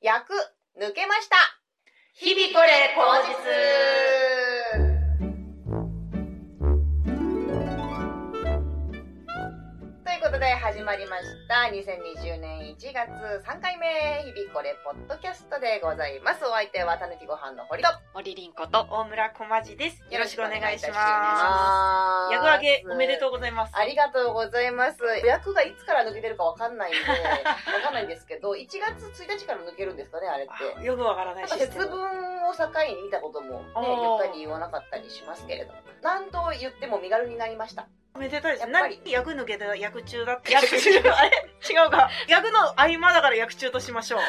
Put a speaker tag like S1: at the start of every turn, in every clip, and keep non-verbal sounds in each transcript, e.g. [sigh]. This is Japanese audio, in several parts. S1: 役抜けました
S2: 日々これ口実
S1: ということで始まりました2020年1月3回目日々これポッドキャストでございますお相手はたぬきご飯の堀と
S2: 森凛子と大村こまじです。よろしくお願いし
S1: よろくお
S2: ま
S1: 願いいた
S2: す。
S1: し
S2: 役上げおめでとう
S1: う
S2: ございます。
S1: ありがとうございます役がいつから抜けてるかわかんないんでわかんないんですけど1月1日から抜けるんですかねあれって
S2: あよくわからない
S1: なん
S2: シ
S1: か節
S2: ステム
S1: 分を境に見たことも、ね、
S2: あー
S1: 言ったり言わなかったりしますけれどもなんと言っても身軽になりました
S2: おめでたいですね。
S1: やっぱ
S2: 何
S1: り
S2: 役抜けた役中だって。役中あれ違うか。役の合間だから役中としましょう。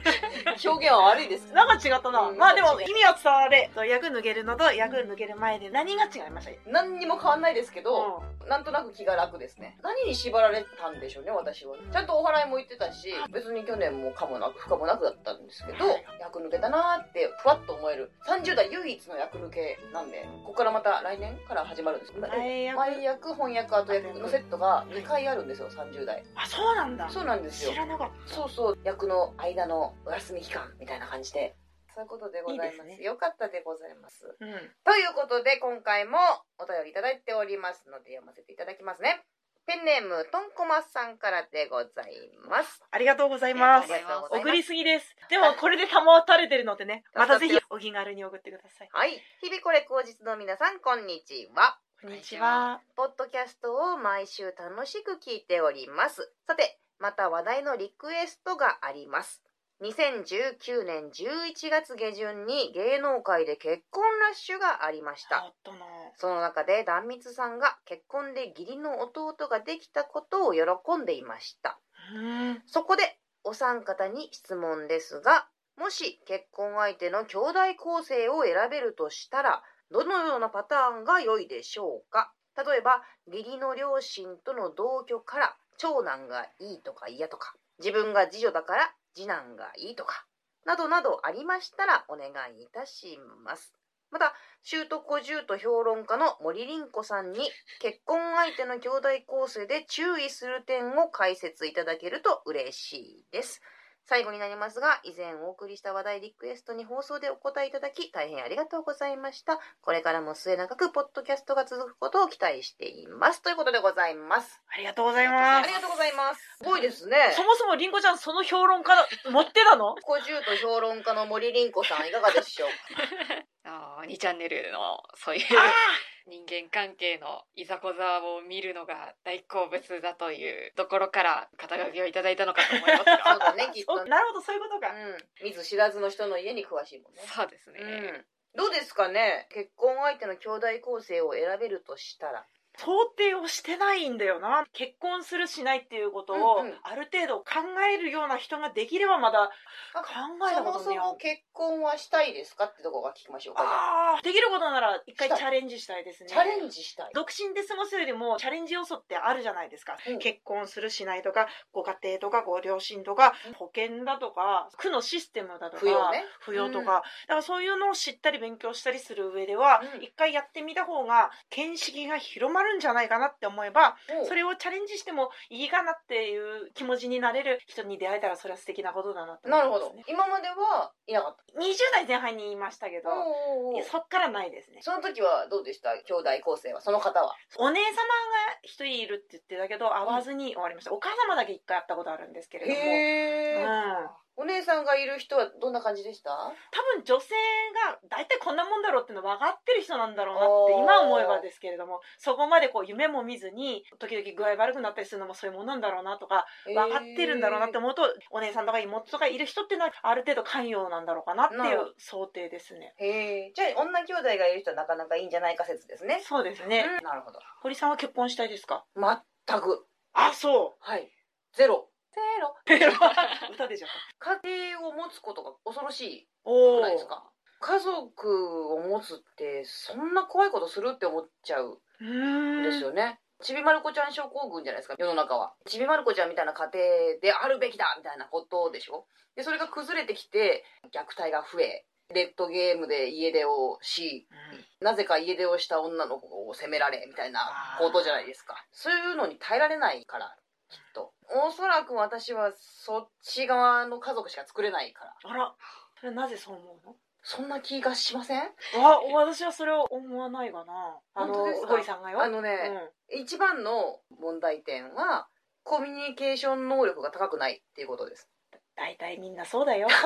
S1: [laughs] 表現は悪いです
S2: なんか違ったな。
S1: うん
S2: まあで
S1: なん
S2: も
S1: か違う
S2: 意味は伝われ。と役抜けるのと役抜ける前で何が違いました
S1: 何にも変わんないですけど、
S2: うん
S1: なんとなく気が楽ですね何に縛られたんでしょうね私はちゃんとお祓いも行ってたし別に去年もかもなく不可もなくだったんですけど役抜けだなーってふわっと思える30代唯一の役抜けなんでここからまた来年から始まるんですけど
S2: 前役
S1: 前役翻訳後役のセットが2回あるんですよ30代
S2: あ、そうなんだ。
S1: そうなんですよ
S2: 知らなかっ
S1: そうそう役の間のお休み期間みたいな感じでそういうことでございます
S2: いいですね
S1: よかったでございます
S2: た。うん。
S1: ということで今回もお便りいただいておりますので読ませていただきますねペンネームとんこまさんからでございます
S2: ありがとうござい
S1: あ
S2: ま
S1: り
S2: す
S1: が。とうござい
S2: 送
S1: ます
S2: りすぎです。でもこれで保たれてるのでね。またぜひお気軽に送ってください。
S1: はい日々これ口実の皆さんこんにちは
S2: こんにちは。
S1: ポッドキャストを毎週楽しく聞いております。さて、また話題のリクエストがあります。2019年11月下旬に芸能界で結婚ラッシュがありました。
S2: 夫の。
S1: その中で壇蜜さんが結婚で義理の弟ができたことを喜んでいました。
S2: うん。
S1: そこでお三方に質問ですが、もし結婚相手の兄弟構成を選べるとしたら、どのようなパターンが良いでしょうか例えば、義理の両親との同居から、長男がいいとか嫌とか、自分が次女だから次男がいいとか、などなどありましたらお願いいたします。また、習得50と評論家の森凛子さんに結婚相手の兄弟構成で注意する点を解説いただけると嬉しいです。最後になりますが、以前お送りした話題リクエストに放送でお答えいただき、大変ありがとうございました。これからも末永くポッドキャストが続くことを期待しています。ということでございます。
S2: ありがとうございま
S1: あり
S2: す。
S1: がとうございます。すごいですね。
S2: そもそもりんごちゃん、その評
S1: [laughs]
S2: 論家の、持ってたの
S1: 50と評論家の森凛子さん、いかがでしょうか
S3: あ2チャンネルのそういう人間関係のいざこざを見るのが大好物だというところから肩書きをいただいたのかと思います
S1: そう
S2: [laughs]
S3: が
S1: だね、きっと
S2: あなるほど、そういうことか。
S1: うん、見ず知らずの人の家に詳しいもんね。
S3: そうですね、
S1: うん、どうですかね結婚相手の兄弟構成を選べるとしたら。
S2: 想定をしてないんだよな。結婚するしないっていうことを、
S1: うんうん
S2: ある程度考えるような人ができればまだ
S1: あ
S2: 考え
S1: そ
S2: た
S1: も
S2: こと
S1: そ
S2: には
S1: も結婚はしたいですかってとこが聞きましょうか、
S2: ああ、できることなら一回
S1: したい
S2: チャレンジしたいですね。
S1: チャレンジしたい。
S2: 独身で過ごすよりもチャレンジ要素ってあるじゃないですか、
S1: うん
S2: 結婚するしないとかご家庭とかご両親とか
S1: うん
S2: 保険だとか区のシステムだとか
S1: 不要ね。
S2: 扶養とか、だからそういうのを知ったり勉強したりする上では、
S1: うん
S2: 一回やってみた方が見識が広まるんじゃないかなって思えば、
S1: もう
S2: それをチャレンジしてもいいかなっていう気持ちになれる人に出会えたらそれは素敵なことだなって思
S1: ないるほ
S2: ます
S1: ど
S2: ね。。
S1: 今まではいなかっ
S2: 20代前半に言いましたけど
S1: た。、おーおーおー
S2: いやそっからないですね。
S1: その時はどうでした兄弟構成は、その方は。
S2: お姉様が一人いるって言ってたけど会わずに終わりました、お母様だけ一回会ったことあるんですけれども、
S1: へー
S2: うん、
S1: お姉さんがいる人はどんな感じでした
S2: 多分女性が大体こんなもんだろうっての分かってる人なんだろうなって今思えばですけれどもそこまでこう夢も見ずに時々具合悪くなったりするのもそういうもんなんだろうなとか分かってるんだろうなって
S1: へー
S2: 思うとお姉さんとか妹とかいる人ってのはある程度寛容なんだろうかなってい
S1: なるほ
S2: う想定ですね。
S1: へえ。じゃあ、女兄弟がいる人はなかなかいいんじゃないか説ですね。
S2: そうですね、
S1: うんなるほど。
S2: 堀さんは結婚したいですか
S1: 全く。
S2: あそう
S1: はい。ゼロ。ゼロ。
S2: [laughs] 歌でしょ
S1: 家庭を持つことが恐ろしく
S2: おお
S1: ないですか家族を持つってそんな怖いことするって思っちゃう
S2: うんーん
S1: ですよね。ちびまる子ちゃん症候群じゃないですか世の中はちびまる子ちゃんみたいな家庭であるべきだみたいなことでしょでそれが崩れてきて虐待が増えレッドゲームで家出をし
S2: うん
S1: なぜか家出をした女の子を責められみたいなことじゃないですかそういうのに耐えられないからきっとおそらく私はそっち側の家族しか作れないから
S2: あらそれなぜそう思うの
S1: そんな気がしません
S2: わ私はそれを思わないがなあの
S1: 本当ですか
S2: ゴリさんがよ
S1: あのね、一番の問題点はコミュニケーション能力が高くないっていうことです
S2: 大体みんなそうだよ [laughs]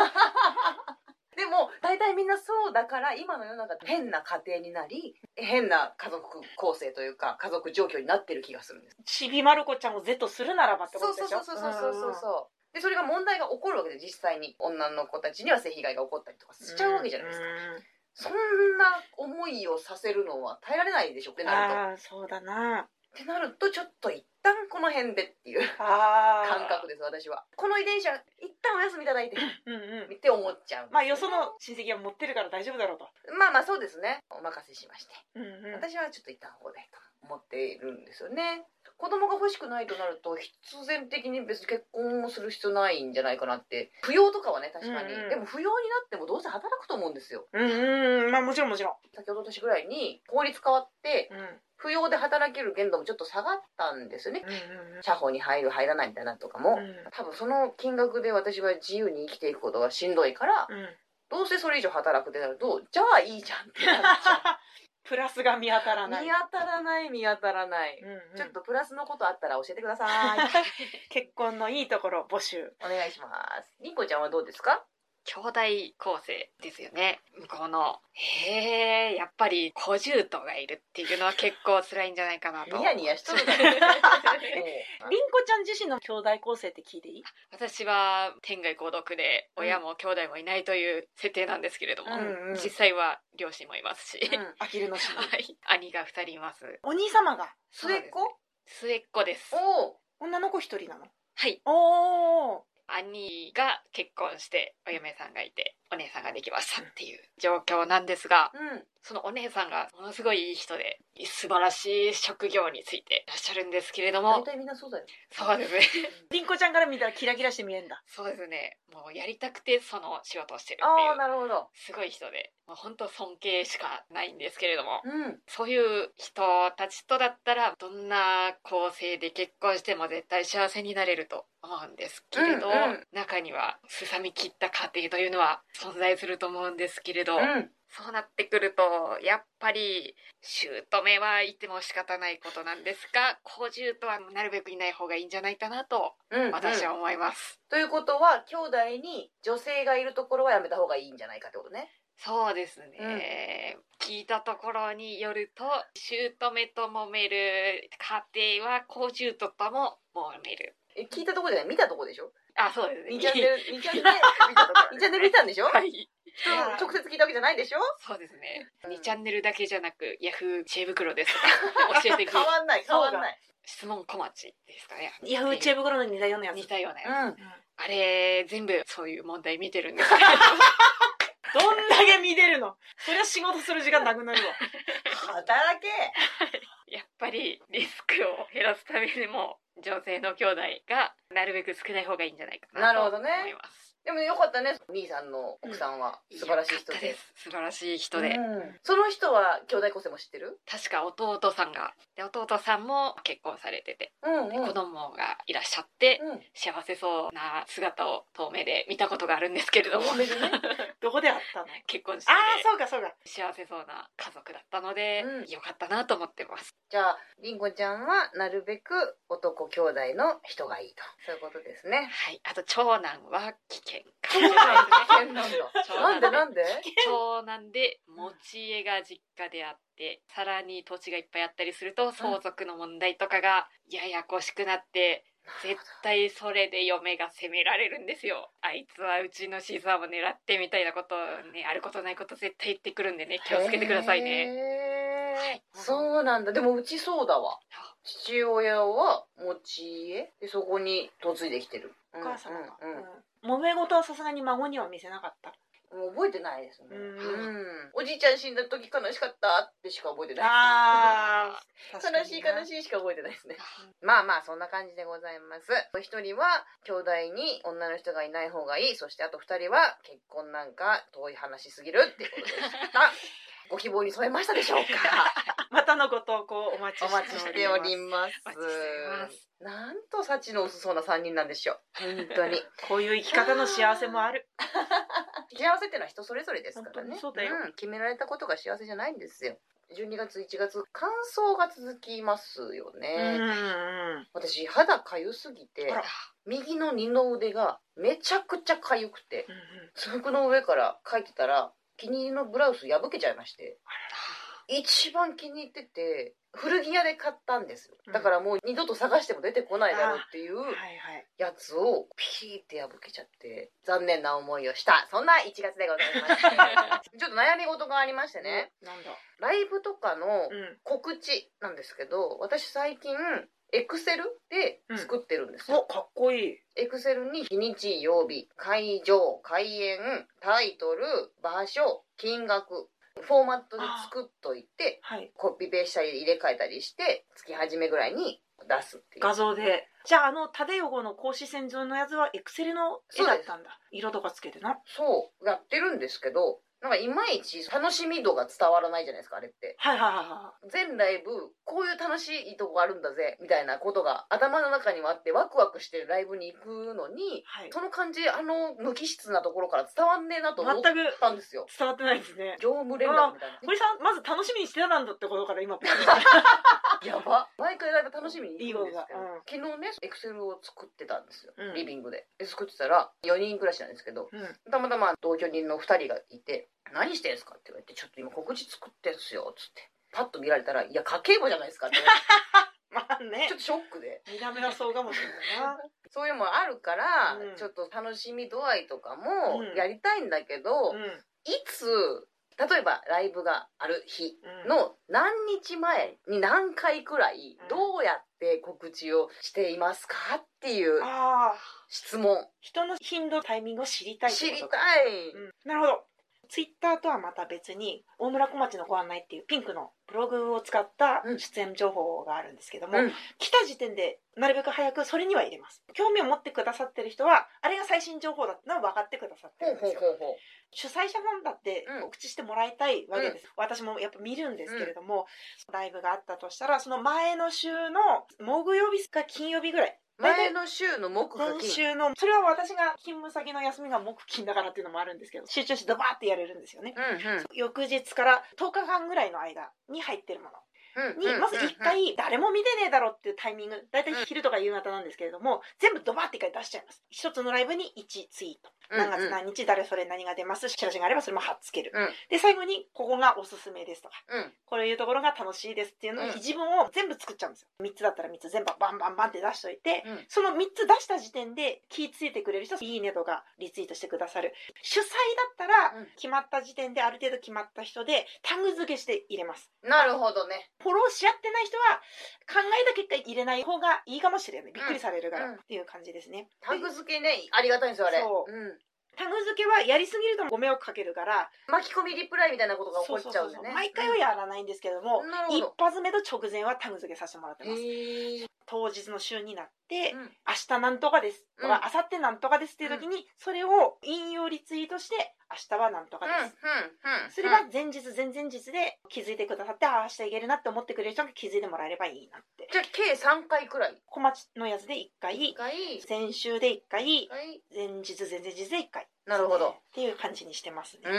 S1: でも大体みんなそうだから今の世の中変な家庭になり変な家族構成というか家族状況になってる気がするんです
S2: ちびまる子ちゃんを Z するならばって
S1: そ
S2: こと
S1: う
S2: で
S1: そう
S2: し
S1: そ
S2: ょ
S1: うそうそうそうそうでそれが問題が起こるわけで実際に女の子たちには性被害が起こったりとかしちゃうわけじゃないですか、そんな思いをさせるのは耐えられないでしょってなると
S2: ああーそうだな
S1: ってなるとちょっと一旦この辺でっていう
S2: あー
S1: 感覚です私はこの遺伝子は一旦お休みいただいて
S2: うんうん
S1: って思っちゃう
S2: まあよその親戚は持ってるから大丈夫だろうと、
S1: まあまあそうですねお任せしまして
S2: うんうん、
S1: 私はちょっと一旦放題と思っているんですよね子供が欲しくないとなると必然的に別に結婚をする必要ないんじゃないかなって扶養とかはね確かに、
S2: うんうん
S1: でも扶養になってもどうせ働くと思うんですよ
S2: うんうんうんまあもちろんもちろん、
S1: 先ほど年ぐらいに法律変わって
S2: うん
S1: 扶養で働ける限度もちょっと下がったんですよね
S2: うん
S1: 社保に入る入らないみたいなのとかも、
S2: うん
S1: 多分その金額で私は自由に生きていくことがしんどいから
S2: うん、
S1: どうせそれ以上働くってなるとじゃあいいじゃんってなっちゃう
S2: プラスが見当たらない
S1: 見、当たらない見当たらない、
S2: うんうん
S1: ちょっとプラスのことあったら教えてください。
S2: 結婚のいいところ募集
S1: [laughs] お願いします。りんこちゃんはどうですか？
S3: 兄弟構成ですよね向こうのへえやっぱり小獣とがいるっていうのは結構辛いんじゃないかなと
S1: ニヤニヤしとる [laughs] から。
S2: りんこちゃん自身の兄弟構成って聞いていい
S3: 私は天涯孤独で
S2: うん
S3: 親も兄弟もいないという設定なんですけれども、
S2: うんうん
S3: 実際は両親もいますし、
S1: うん
S2: あきるの
S1: [laughs]
S2: しに
S3: はい兄が2人います
S2: お兄様が
S1: 末っ子？
S3: 末っ子です
S1: おお。
S2: 女の子一人なの
S3: はい
S2: おお
S3: 兄が結婚してお嫁さんがいてお姉さんができましたっていう状況なんですが
S1: うん。
S3: そのお姉さんがものすごいいい人で素晴らしい職業についていらっしゃるんですけれど
S1: 大
S3: も
S1: 体みんなそうだよ。
S3: そうですね [laughs]
S2: りんこちゃんから見たらキラキラして見えんだ
S3: そうですねもうやりたくてその仕事をしてるってい
S1: ああ
S3: う
S1: なるほど。
S3: すごい人でもう本当尊敬しかないんですけれども
S1: うん。
S3: そういう人たちとだったらどんな構成で結婚しても絶対幸せになれると思うんですけれど、
S1: うんうん
S3: 中にはすさみきった家庭というのは存在すると思うんですけれど、
S1: うん。
S3: そうなってくるとやっぱり姑はいても仕方ないことなんですが小姑はなるべくいない方がいいんじゃないかなと
S1: うん。
S3: 私は思います。
S1: ということは兄弟に女性がいるところはやめた方がいいんじゃないかってことね。
S3: そうですね、聞いたところによると姑と揉める家庭は小姑とも揉める
S1: え聞いたところじゃない見たところでしょ？
S3: あ、そうですね。
S1: みちゃんでみちゃんで見たところ。みちゃんで見たんでしょ？
S3: はい。
S1: 人の直接聞いたわけじゃないでしょ？
S3: そうですね。
S1: うん
S3: 2チャンネルだけじゃなく、ヤフー知恵袋です
S1: [laughs]
S3: とか、教えてく
S1: 変わんない変わんない。
S3: 質問小町ですかね。
S2: ヤフーチェブゴロの似たようなやつ
S3: 似たようなやつ。
S1: うん。
S3: あれ、全部そういう問題見てるんで
S1: [laughs]
S3: すけど、
S2: どんだけ見れるのそりゃ仕事する時間なくなるわ [laughs]
S1: 働け。
S3: やっぱりリスクを減らすためにも、女性の兄弟がなるべく少ない方がいいんじゃないかな
S1: なるほ
S3: と
S1: ど
S3: 思
S1: ね
S3: います。
S1: でもよかったね。兄さんの奥さんは素晴らしい人
S3: 良かった
S1: で
S3: で。す。素晴らしい人で。
S1: うんその人は兄弟構成も知ってる
S3: 確か弟さんが、で弟さんも結婚されてて、
S1: うんうん
S3: 子供がいらっしゃって、
S1: うん
S3: 幸せそうな姿を遠目で見たことがあるんですけれども
S1: 遠目でね
S2: どこで会ったのあ
S3: [laughs] 結婚して
S2: あーそうかそうか
S3: 幸せそうな家族だったので、
S1: うん
S3: よかったなと思ってます
S1: じゃありんごちゃんはなるべく男兄弟の人がいいとそういうことですね
S3: はいあと長男は危険
S1: そ
S3: か
S1: う
S3: もしれない
S1: なんだ
S3: [laughs] ですね
S1: なん
S3: そう
S1: なんで
S3: な
S1: [laughs] なんで
S3: 長男で持ち家が実家であってさらに土地がいっぱいあったりすると相続の問題とかがややこしくなって絶対それで嫁が責められるんですよあいつはうちの資産を狙ってみたいなことをねあることないこと絶対言ってくるんでね気をつけてくださいね
S1: へー
S3: はい
S1: そうなんだでもうちそうだわ父親は持ち家でそこに嫁いできてるお
S2: お母様が、
S1: うんうん
S2: うん揉め事はさすがに孫には見せなかった
S1: もう覚えてないですね、
S2: うん
S1: うんおじいちゃん死んだ時悲しかったってしか覚えてない
S2: あ
S1: で
S2: あ
S1: す [laughs] 悲しい悲
S2: い
S1: しいしか覚えてないですねまあまあそんな感じでございますお一人は兄弟に女の人がいない方がいいそしてあと二人は結婚なんか遠い話すぎるっていうことでしたご希望に添えましたでしょうか
S2: またのご投稿お待ち
S1: お待ちしており
S2: ま
S1: ます。
S3: お待ちしております
S1: なんと幸の薄そうな三人なんでしょう。本当に。
S2: すこういう生き方の幸せもある
S1: 幸せってのは人それぞれですから
S2: 本当
S1: ね。
S2: にそうだよ
S1: ん決められたことが幸せじゃないんですよ。12月1月乾燥が続きますよ
S2: うん
S1: ね。
S2: うん
S1: 私肌かゆすぎて
S2: あら
S1: 右の二の腕がめちゃくちゃかゆくて
S2: うん
S1: 服の上から描いてたら気に入りのブラウス破けちゃいまして一番気に入ってて古着屋で買ったんですよだからもう二度と探しても出てこないだろうっていう
S2: うんはいはい
S1: やつをピーって破けちゃって残念な思いをしたそんな1月でございました
S2: [laughs]
S1: ちょっと悩み事がありましてね、
S2: なんだ
S1: ライブとかの
S2: うん
S1: 告知なんですけど私最近エクセルで作ってるんです
S2: お
S1: よ、
S2: かっこいい
S1: エクセルに日にち曜日会場開演タイトル場所金額フォーマットで作っといて
S2: はい
S1: コピペしたり入れ替えたりして月始めぐらいに出すっていう
S2: 画像でじゃああのタデヨゴの格子線上のやつはエクセルの絵だったんだ色とかつけてな
S1: そうやってるんですけどなんかいまいち楽しみ度が伝わらないじゃないですかあれって
S2: はいはいはいは
S1: 全ライブこういう楽しいとこあるんだぜみたいなことが頭の中にはあってワクワクしてるライブに行くのに
S2: いはい
S1: その感じあの無機質なところから伝わんねえなと思っ
S2: 全く
S1: たんですよ
S2: 伝わってないですね
S1: 業務連絡みたいな
S2: 堀さんまず楽しみにしてたんだってことから今びっくりした
S1: やば毎回ライブ楽しみに行くんですけど、
S2: うん
S1: 昨日ねエクセルを作ってたんですよ、
S2: うん
S1: リビングでで作ってたら4人暮らしなんですけど
S2: うん
S1: たまたま同居人の2人がいて「何してんすか?」って言われて「ちょっと今告知作ってんすよ」っつってパッと見られたら「いや家計簿じゃないです
S2: [laughs]
S1: か」って言われて
S2: まあね
S1: ちょっとショックで
S2: 見た目はそうかもしれ [laughs] ないな
S1: そういうのもあるから、
S2: うん
S1: ちょっと楽しみ度合いとかも
S2: うん
S1: やりたいんだけど、
S2: うん
S1: いつ例えばライブがある日
S2: うん
S1: の何日前に何回くらい
S2: うん
S1: どうやって告知をしていますかっていう
S2: ああ
S1: 質問
S2: 人の頻度タイミングを知りたいって
S1: 知
S2: こと
S1: り
S2: か
S1: たい、
S2: うんなるほどツイッターとはまた別に大村小町のご案内っていうピンクのブログを使った
S1: うん
S2: 出演情報があるんですけども、
S1: うん
S2: 来た時点でなるべく早くそれには入れます興味を持ってくださってる人はあれが最新情報だってのは分かってくださって
S1: ほう
S2: る
S1: ん
S2: で
S1: ほう
S2: す
S1: ほ
S2: よ
S1: うほ
S2: 主催者なんだって
S1: うん
S2: 告知してもらいたいわけです、私もやっぱ見るんですけれども、ライブがあったとしたらその前の週の木曜日か金曜日ぐらいう
S1: 前の週の木が
S2: 今
S1: 金
S2: 週のそれは私が勤務先の休みが木金だからっていうのもあるんですけど集中してドバーってやれるんですよね、
S1: う
S2: 翌日から10日間ぐらいの間に入ってるもの
S1: んうん
S2: にまず1回誰も見てねえだろっていうタイミング大体昼とか夕方なんですけれども全部ドバーって1回出しちゃいます一つのライブに1ツイート何月何日誰それ何が出ますチラシがあればそれも貼っつける、
S1: うん
S2: で最後にここがおすすめですとか
S1: うん
S2: こういうところが楽しいですっていうの
S1: うん
S2: に一文を全部作っちゃうんですよ3つだったら3つ全部バンバンバンって出しといて、
S1: うん
S2: その3つ出した時点で気ついてくれる人いいねとかリツイートしてくださる主催だった
S1: うん
S2: ら決まった時点である程度決まった人でタグ付けして入れます
S1: なるほどね
S2: フォローし合ってない人は考えた結果入れない方がいいかもしれないびっくりされるから、
S1: うん
S2: っていう感じですね
S1: タグ付けねありがたいんですよあれ、
S2: そうんタグ付けはやりすぎるとご迷惑かけるから
S1: 巻き込みリプライみたいなことが起こっちゃうんで
S2: そうそうそう
S1: ね
S2: 毎回はやらないんですけども、
S1: うんなるほ
S2: 一
S1: ど
S2: 発目と直前はタグ付けさせてもらってます
S1: へえ
S2: 当日の週になっ
S1: う
S2: て、
S1: ん
S2: 明日なんとかですとか、
S1: うん
S2: 明後日なんとかですっていう時に、それを引用リツイートして明日はなんとかです、それが前日前々日で気づいてくださってああ明日いけるなって思ってくれる人が気づいてもらえればいいなって
S1: じゃあ計三回くらい
S2: 小町のやつで1
S1: 一
S2: 回
S1: 回
S2: 先週で1回
S1: はい
S2: 前日前々日で1回
S1: なるほど
S2: っていう感じにしてますね、
S1: う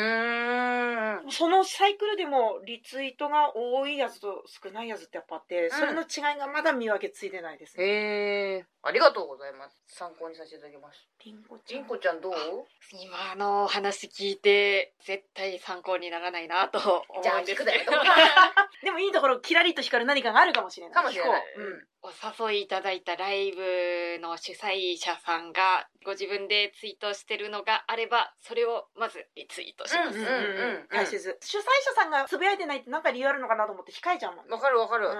S1: ーん
S2: そのサイクルでもリツイートが多いやつと少ないやつってやっぱあって、それの違いがまだ見分けついてないですね。
S1: へえありがとうございます参考にさせていただきます
S2: ピンコち
S1: ジ
S2: ゃ
S1: ン
S2: ん。
S1: コちゃんどう
S3: [laughs] 今のお話聞いて絶対参考にならないなと思
S1: じゃあ
S3: うんで
S1: 聞く
S3: す
S1: だよ
S3: けど
S2: でもいいところ、キラリと光る何かがあるかもしれない。
S1: かもしれない
S2: 聞こううん
S3: お誘いいただいたライブの主催者さんがご自分でツイートしてるのがあればそれをまずリツイートします、
S1: うん
S2: うんうんうん大切、主催者さんがつぶやいてないってなんか理由あるのかなと思って控えちゃうもん、
S1: うんわかるわかる
S2: う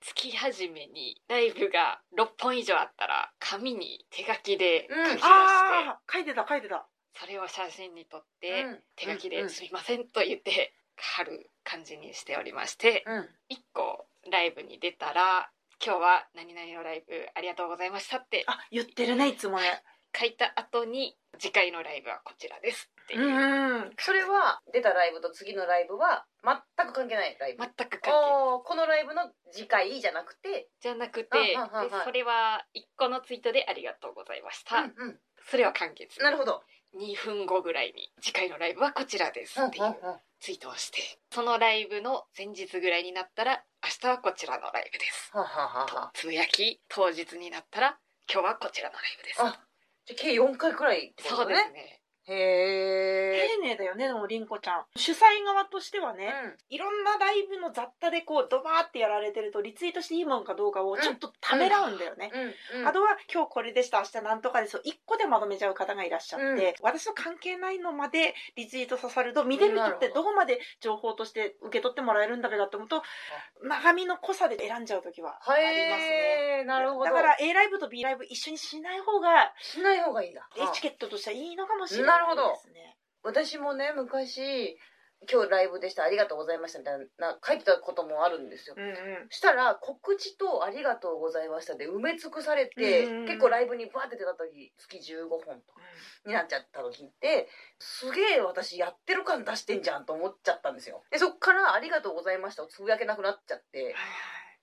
S3: 月始めにライブが6本以上あったら紙に手書きで書き出して、
S2: ん、ああ書いてた書いてた
S3: それを写真に撮って、手書きで「すみません」と言って貼る感じにしておりまして、
S1: うんうん
S3: 一個ライブに出たら「今日は何々のライブありがとうございました」って
S2: あ言ってるねいつもね
S3: 書いた後に「次回のライブはこちらです」っていうう、
S2: ん
S1: それは出たライブと次のライブは全く関係ないライブ、
S3: 全く関係ない
S1: おーこのライブの次回じゃなくて、
S3: じゃなくて
S1: あはいはいはい
S3: でそれは一個のツイートで「ありがとうございまし
S1: う
S3: た」
S1: んうん
S3: それは完結
S1: なるほど、
S3: 2分後ぐらいに「次回のライブはこちらです」っていうツイートをしてそのライブの前日ぐらいになったら「明日はこちらのライブです」
S1: ははは
S3: と
S1: は
S3: つぶやき当日になったら「今日はこちらのライブです」
S1: あじゃあ計4回くらいってこ
S3: そ
S1: と
S3: うですね
S1: へえ、
S2: 丁寧だよねでもりんこちゃん主催側としてはね、
S1: うん
S2: いろんなライブの雑多でこうドバーってやられてるとリツイートしていいもんかどうかをちょっとためらうんだよね、
S1: うんうん
S2: あとは今日これでした明日なんとかですよ1個でまとめちゃう方がいらっしゃって、
S1: うん
S2: 私の関係ないのまでリツイート刺さると見てる人ってどこまで情報として受け取ってもらえるんだべかって思うと長身の濃さで選んじゃう時はありますね。
S1: へえなるほど
S2: だから A ライブと B ライブ一緒にしない方が
S1: しない方がいいんだ
S2: エチケットとしてはいいのかもしれないですね。
S1: 私もね昔今日ライブでしたありがとうございましたみたいな書いてたこともあるんですよ、
S2: うんうん
S1: したら告知と「ありがとうございました」で埋め尽くされて、
S2: うん
S1: 結構ライブにバーって出た時月15本とかになっちゃった時ってすげえ私やってる感出してんじゃんと思っちゃったんですよでそっから「ありがとうございました」をつぶやけなくなっちゃって
S2: はい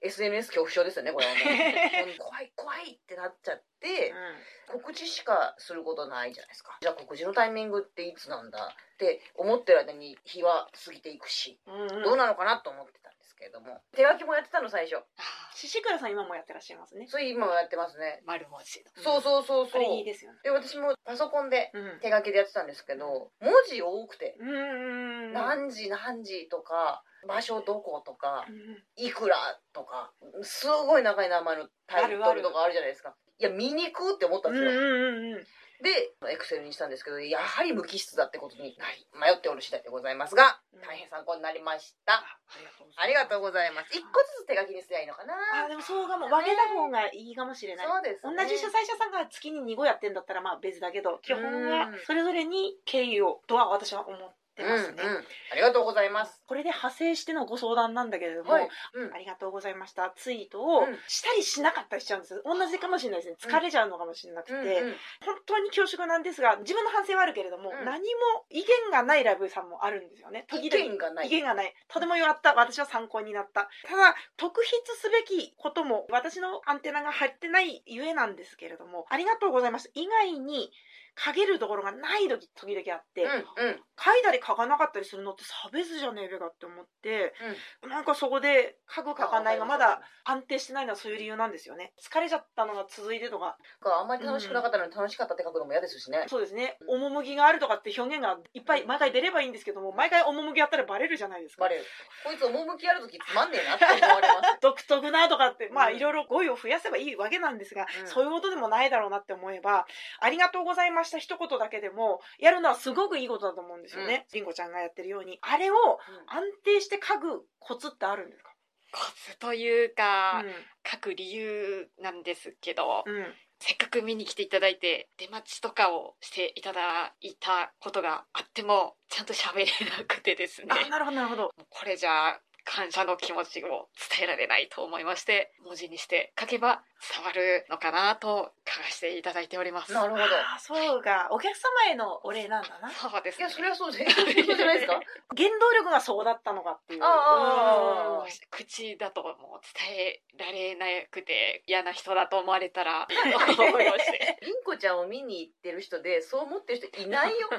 S1: SNS 恐怖症ですよねこれはもう
S2: [laughs] はい
S1: もう怖い怖いってなっちゃって
S2: うん
S1: 告知しかすることないじゃないですかじゃあ告知のタイミングっていつなんだって思ってる間に日は過ぎていくし
S2: うんう
S1: [laughs]
S2: ん
S1: どうなのかなと思ってたんですけれども手書きもやってたの最初
S3: あー
S2: シシクラさん今もやってらっしゃいますね。
S1: それ今もやってますね
S3: 丸文字の
S1: そうそうそう
S2: あ
S1: そう
S2: れいいですよね。
S1: で私もパソコンで
S2: うん。
S1: 手書きでやってたんですけど文字多くて
S2: うんうん。
S1: 何時何時とか場所どことか
S2: うん
S1: いくらとかすごい長い名前のタイトルとかあるじゃないですかいや見にくって思ったん
S2: う
S1: で
S2: ん
S1: すよ、
S2: うんうん。
S1: でエクセルにしたんですけどやはり無機質だってことになり迷っておる次第でございますが
S2: うん
S1: 大変参考になりました
S2: ありがとうございます
S1: ありがとうございます一個ずつ手書きにすりゃいいのかな
S2: あでもそうかも分けた方がいいかもしれない。
S1: そうです
S2: 同
S1: ね
S2: じ主催者さんが月に2号やってんだったらまあ別だけど基本は
S1: うん
S2: それぞれに敬意をとは私は思ってますね。
S1: うんうんありがとうございます
S2: これで派生してのご相談なんだけれども、
S1: はいうん
S2: ありがとうございましたツイートを
S1: うん
S2: したりしなかったりしちゃうんですよ同じかもしれないですね疲れちゃうのかもしれなくて、
S1: うんうん
S2: 本当に恐縮なんですが自分の反省はあるけれども、
S1: うん
S2: 何も意見がないライブさんもあるんですよね時
S1: 意
S2: 々
S1: 見がない
S2: 意見がないとてもよかった私は参考になったただ特筆すべきことも私のアンテナが張ってないゆえなんですけれどもありがとうございます以外にかげるところがない時時々あって、
S1: うんうん
S2: 書いたり書かなかったりするのって差別じゃねえべかって思って、なんかそこで書く書かないがまだ安定してないのはそういう理由なんですよね疲れちゃったのが続いてとか
S1: かあんまり楽しくなかったのに楽しかったって書くのも嫌ですしね、
S2: そうですね
S1: うん
S2: 趣があるとかって表現がいっぱい毎回出ればいいんですけども毎回趣やったらバレるじゃないですか
S1: バレるこいつ趣ある時つまんねえなって思われます
S2: 独特なとかってまあ
S1: うん
S2: いろいろ語彙を増やせばいいわけなんですが、
S1: うん
S2: そういうことでもないだろうなって思えば「ありがとうございました」一言だけでもやるのはすごくいいことだと思うんですよね、りんごちゃんがやってるようにあれを安定して書くコツってあるんですか、
S3: コツというか、
S2: うん
S3: 書く理由なんですけど、
S2: うん
S3: せっかく見に来ていただいて出待ちとかをしていただいたことがあってもちゃんと喋れなくてですね
S2: あなるほどなるほど
S3: もうこれじゃ感謝の気持ちを伝えられないと思いまして文字にして書けば伝わるのかなと書かせていただいております。
S1: なるほど
S2: あーそうかお客様へのお礼なんだな
S3: そうです
S1: い
S3: ね
S1: やそれはそう [laughs] でそうじゃないですか
S2: 原動力がそうだったのかっていう
S1: あー
S2: うん
S3: 口だともう伝えられなくて嫌な人だと思われ
S1: [laughs]
S3: たら [laughs] と思いまして
S1: りんこちゃんを見に行ってる人でそう思ってる人いない [laughs] よ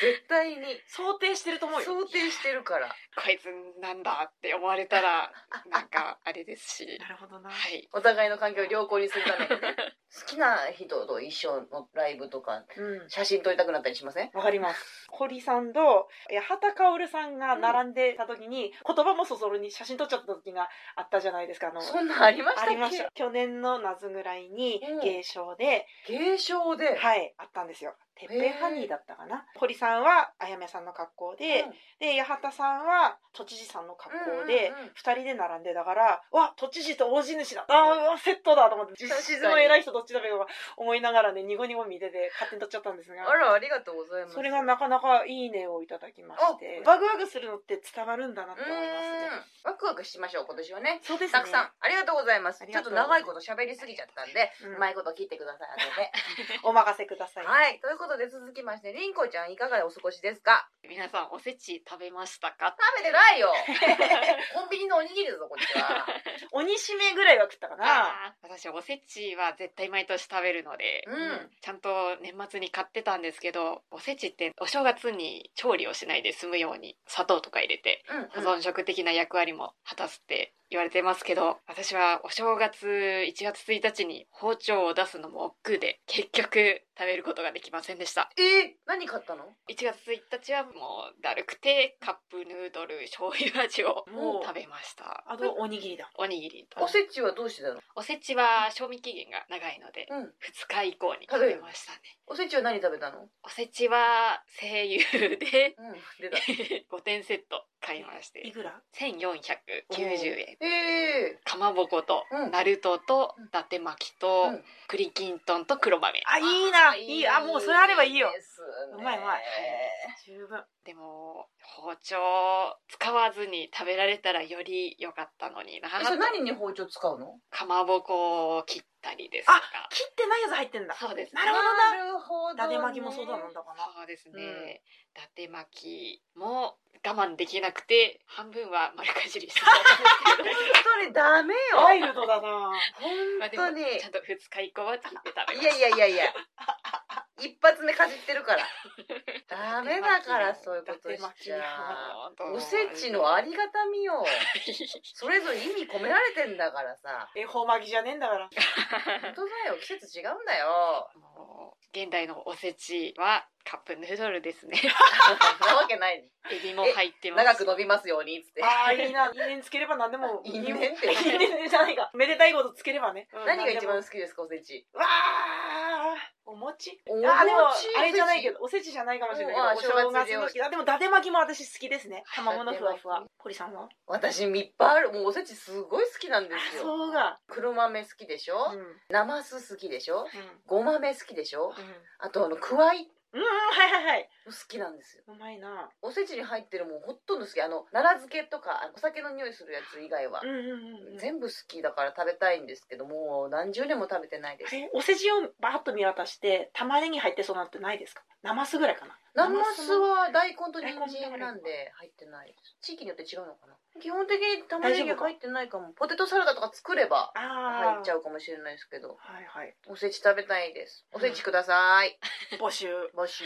S1: 絶対に
S2: 想定してると思うよ
S1: 想定してるから
S3: こいつなんだって思われたらなんかあれですし
S2: なるほどな
S3: はい
S1: お互いの環境を良好にするため [laughs] にね好きな人と一緒のライブとか
S2: うん
S1: 写真撮りたくなったりしません
S2: わかります。堀さんと八幡薫さんが並んでた時に、言葉もそぞろに写真撮っちゃった時があったじゃないですか。あの
S1: そんなんありましたっ
S2: あ
S1: け
S2: りました去年の夏ぐらいに
S1: うん
S2: 芸賞で、
S1: 芸賞で、
S2: はいあったんですよ。てっぺんハニーだったかな堀さんはあやめさんの格好で、で八幡さんは都知事さんの格好で、
S1: うんうんうん
S2: 二人で並んでだからわ都知事と大地主だあーうわセットだと思って実質の偉い人どっちだべとか思いながらねニゴニゴ見てて勝手に撮っちゃったんですが
S1: あらありがとうございます
S2: それがなかなかいいねをいただきましてワグワグするのって伝わるんだなって
S1: う
S2: 思いますね
S1: んワクワクしましょう今年はね
S2: そうですね
S1: たくさんありがとうございます
S2: あり
S1: ちょ
S2: が
S1: っ
S2: と
S1: と
S2: う
S1: 長いこと喋りすぎちゃったんで、
S2: うん
S1: う
S2: [laughs]
S1: まいこと切ってください後で
S2: お任せください
S1: はいということで続きましてりんこちゃんいかがお過ごしですか
S3: 皆さんおせち食べましたか
S1: 食べてない
S2: [laughs]
S1: よコンビニのおにぎりだぞこっちは
S2: 鬼しめぐらいは食ったかな
S3: あー私おせちは絶対毎年食べるので、
S1: うん
S3: ちゃんと年末に買ってたんですけどおせちってお正月に調理をしないで済むように砂糖とか入れて保
S1: うん、うん、
S3: 存食的な役割も果たすって言われてますけど私はお正月1月1日に包丁を出すのも億劫で結局食べることができませんでした
S1: え何買ったの
S3: 1月1日はもうだるくてカップヌードル醤油味を
S2: もう
S3: 食べました
S2: あとおにぎりだ
S3: おにぎりと
S1: おせちはどうしてたの
S3: おせちは賞味期限が長いので
S1: うん
S3: 2日以降に食べましたね
S1: おせちは何食べたの
S3: おせちは声優で [laughs]
S1: うん
S2: [laughs]
S1: 出た
S3: 5点セット買いまし
S2: い
S3: て
S2: くら
S3: 1490円
S1: ええ
S3: かまぼこと、
S1: うん
S3: ナルトと、
S1: うん
S3: 伊達巻きと、
S1: うん
S3: 栗きんとんと黒豆
S2: あいいないいあもうそれあればいいよ
S1: ですね
S2: うまいうまい十分
S3: でも包丁使わずに食べられたらより良かったのにな
S1: えそれ何に包丁使うの
S3: かまぼこを切ったりですとか
S2: 切ってないやつ入ってんだ
S3: そうです
S2: なるほどな
S1: るほど
S2: だで巻きもそうだなんだかな
S3: そうですね、伊達巻きも我慢できなくて半分は丸かじりしてたんですけど
S1: それダメよ
S2: ワイルドだな
S1: 本 [laughs]
S3: まあでも
S1: 当に
S3: ちゃんと2日以降は切って食べま
S1: い
S3: した
S1: やいやいやいや一発目かじってるからダメだからそういうことしちゃ
S3: 本当
S1: おせちのありがたみよそれぞれ意味込められてんだからさ
S2: 恵方巻きじゃねえんだから
S1: 本当だよ季節違うんだよ
S3: もう現代のおせちはカップヌードルです
S1: [laughs]
S3: ね
S1: そんなわけない
S3: エビも入ってます
S1: 長く伸びますようにっつって
S2: ああいいな因縁つければ何でも
S1: 因縁って
S2: 因縁じゃないかめでたいことつければね、うん
S1: 何が
S2: 何
S1: 一
S2: でも
S1: 番好きですかおせち
S2: わあお餅
S1: お餅
S2: あーでもあれじゃないけどおせちじゃないかもしれないけど、
S1: うんあー
S2: お正
S1: 正月
S2: 月
S1: で
S2: の日だでも伊達巻きも私好きですね
S3: はい
S2: 卵のふわふ
S1: 伊達
S2: わ
S1: 巻
S2: 堀さんは
S1: 私いっぱいあるもうおせちすごい好きなんですよ
S2: そうが
S1: 黒豆好きでしょ、
S2: うんうん
S1: なます好きでしょごまめ好きでしょ
S2: う
S1: あとあのくわい
S2: ん、うん、はいはいはい
S1: も好きなんですよ
S2: うまいな
S1: おせちに入ってるもんほとんど好きあの奈良漬けとかあのお酒の匂いするやつ以外は
S2: うんうんうんうん
S1: 全部好きだから食べたいんですけどもう何十年も食べてないで
S2: あ
S1: す
S2: れお世辞をバーッと見渡して玉ねぎ入ってそうなのってないですかなますぐらいかな
S1: なますは大根と人
S2: 大
S1: 参
S2: 根
S1: なんで入ってないです地域によって違うのかな基本的に玉ねぎ
S2: 大丈夫か
S1: 入ってないかもポテトサラダとか作れば
S2: ああ
S1: 入っちゃうかもしれないですけど
S2: はいはい
S1: おせち食べたいですおせちください、
S2: 募集
S1: 募
S2: [laughs]
S1: 集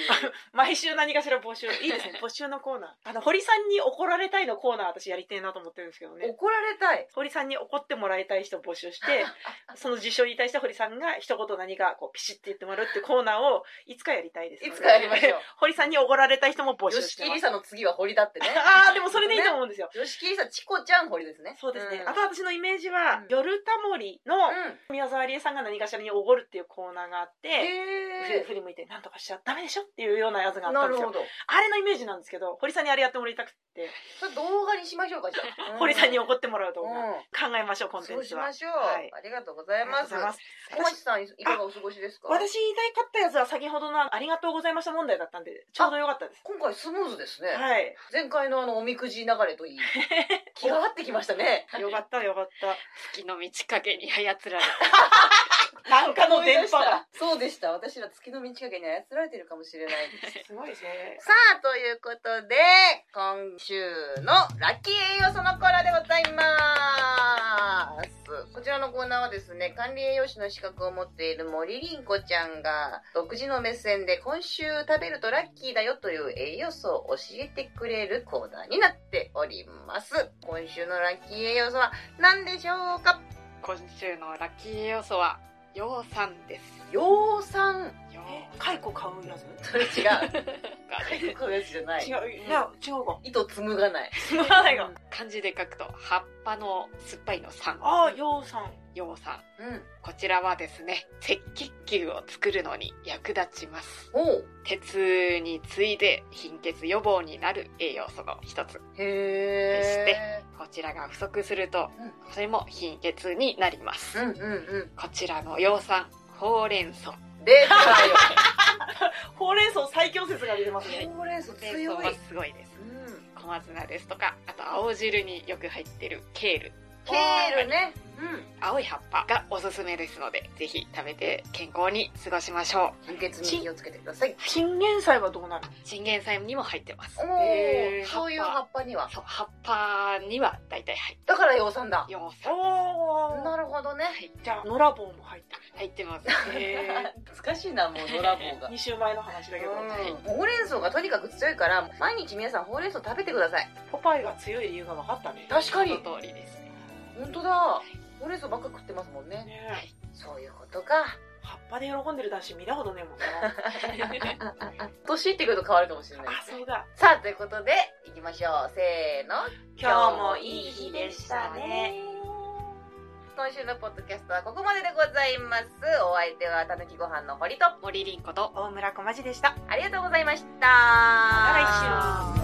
S2: 毎週何かしら募集いいですね募集のコーナーあの堀さんに怒られたいのコーナー私やりてえなと思ってるんですけどね
S1: 怒られたい
S2: 堀さんに怒ってもらいたい人募集して
S1: [laughs]
S2: その受賞に対して堀さんが一言何かこうピシッて言ってもらうっていうコーナーをいつかやりたいです
S1: いつかやりましょう
S2: 堀さんに怒られたい人も [laughs] 募集
S1: 吉
S2: して
S1: 木
S2: ま
S1: り
S2: す
S1: さの次は堀だってね
S2: ああでもそれでいいと思うんですよ
S1: 吉木りさチコちゃん堀ですね
S2: そうですね、
S1: ん
S2: あと私のイメージは、
S1: うん
S2: 夜タモリの
S1: うん
S2: 宮沢りえさんが何かしらにおごるっていうコーナーがあって、
S1: へえ
S2: 振り向いて何とかしちゃダメでしょっていうようなやつがあった
S1: なん
S2: で
S1: る
S2: す
S1: ほ
S2: よ
S1: ど
S2: あれのイメージなんですけど堀さんにあれやってもらいたくって
S1: それ動画にしましょうかじゃあ、
S2: [laughs] 堀さんに
S1: うん
S2: 怒ってもらう動画、
S1: うん
S2: 考えましょうコンテ
S1: そ
S2: ン
S1: うし
S2: ツは
S1: ましょう、
S2: はい
S1: ありがとうございます
S2: ありがとうございます
S1: 小町さんいかがお過ごしですか
S2: 私言いたかったやつは先ほどの「ありがとうございました」問題だったんでちょうどよかったです
S1: 今回スムーズですね、
S2: はい
S1: 前回のあのおみくじ流れ
S2: [laughs]
S1: といい気が合ってきましたね
S2: よかったよかっ
S3: 月の満ち欠けに操られ
S2: たなんかの電波が
S1: そうでした私ら月の満ち欠けに操られてるかもしれないです
S2: [laughs] すごいですね
S1: さあ、ということで、今週のラッキー栄養素のコーナーでございます。こちらのコーナーはですね、管理栄養士の資格を持っている森凛子ちゃんが、独自の目線で今週食べるとラッキーだよという栄養素を教えてくれるコーナーになっております。今週のラッキー栄養素は何でしょうか
S3: 今週のラッキー要素は養蚕です
S1: 養蚕
S2: え蚕買うやつ
S1: それ違う
S2: [laughs]
S3: 違
S1: 蚕買うやつじゃない
S2: 違ういや違うか
S1: 糸紡がない
S2: すまないが
S3: 漢字で書くと葉っぱの酸っぱいの酸
S2: ああようさん
S3: 葉酸
S1: うん
S3: こちらはですね赤血球を作るのに役立ちます
S1: おう
S3: 鉄に次いで貧血予防になる栄養素の一つ
S1: へえ
S3: こちらが不足すると
S1: うん
S3: それも貧血になります、
S1: うんうんう
S3: こちらの葉酸ほうれん草
S1: ん出たよ
S2: ほうれん草最強説が出てますね
S1: [laughs] ほうれん草
S3: ほうれん
S1: 強
S3: 草
S1: い
S3: はすごいです
S1: うん
S3: 小松菜ですとかあと青汁によく入ってるケール
S1: ケールね
S3: うん青い葉っぱがおすすめですのでぜひ食べて健康に過ごしましょ
S1: 貧血に気をつけてください
S2: チンゲン菜はどうなる
S3: うチンゲン菜にも入ってます
S1: お
S3: へ
S1: お
S3: ー
S1: そういう葉っぱには
S3: そう葉っぱには大体入って
S1: だから養蚕だ
S3: 4歳
S2: お
S1: なるほどね
S2: じゃあ野良棒も入ってる
S3: 入ってます
S1: 難しいなもうドラ
S2: [laughs]
S1: ボが
S2: 2週前の話だけど、
S1: うんほうれん草がとにかく強いから毎日皆さんほうれん草食べてください
S2: ポパイが強い理由が分かったね
S1: 確かに
S3: その通りですね
S1: 本当だほうれん草ばっか食ってますもんね
S2: ね
S3: はい
S1: そういうことか
S2: 葉っぱで喜んでる男子見たことねえもんな
S1: 年いってくると変わるかもしれない
S2: あそうだ
S1: さあということでいきましょうせーの
S2: 今日もいい日でしたね
S1: 今週のポッドキャストはここまででございますお相手はたぬきご飯の堀と
S3: 森凛子と
S2: 大村小町でした
S1: ありがとうございました
S2: また来週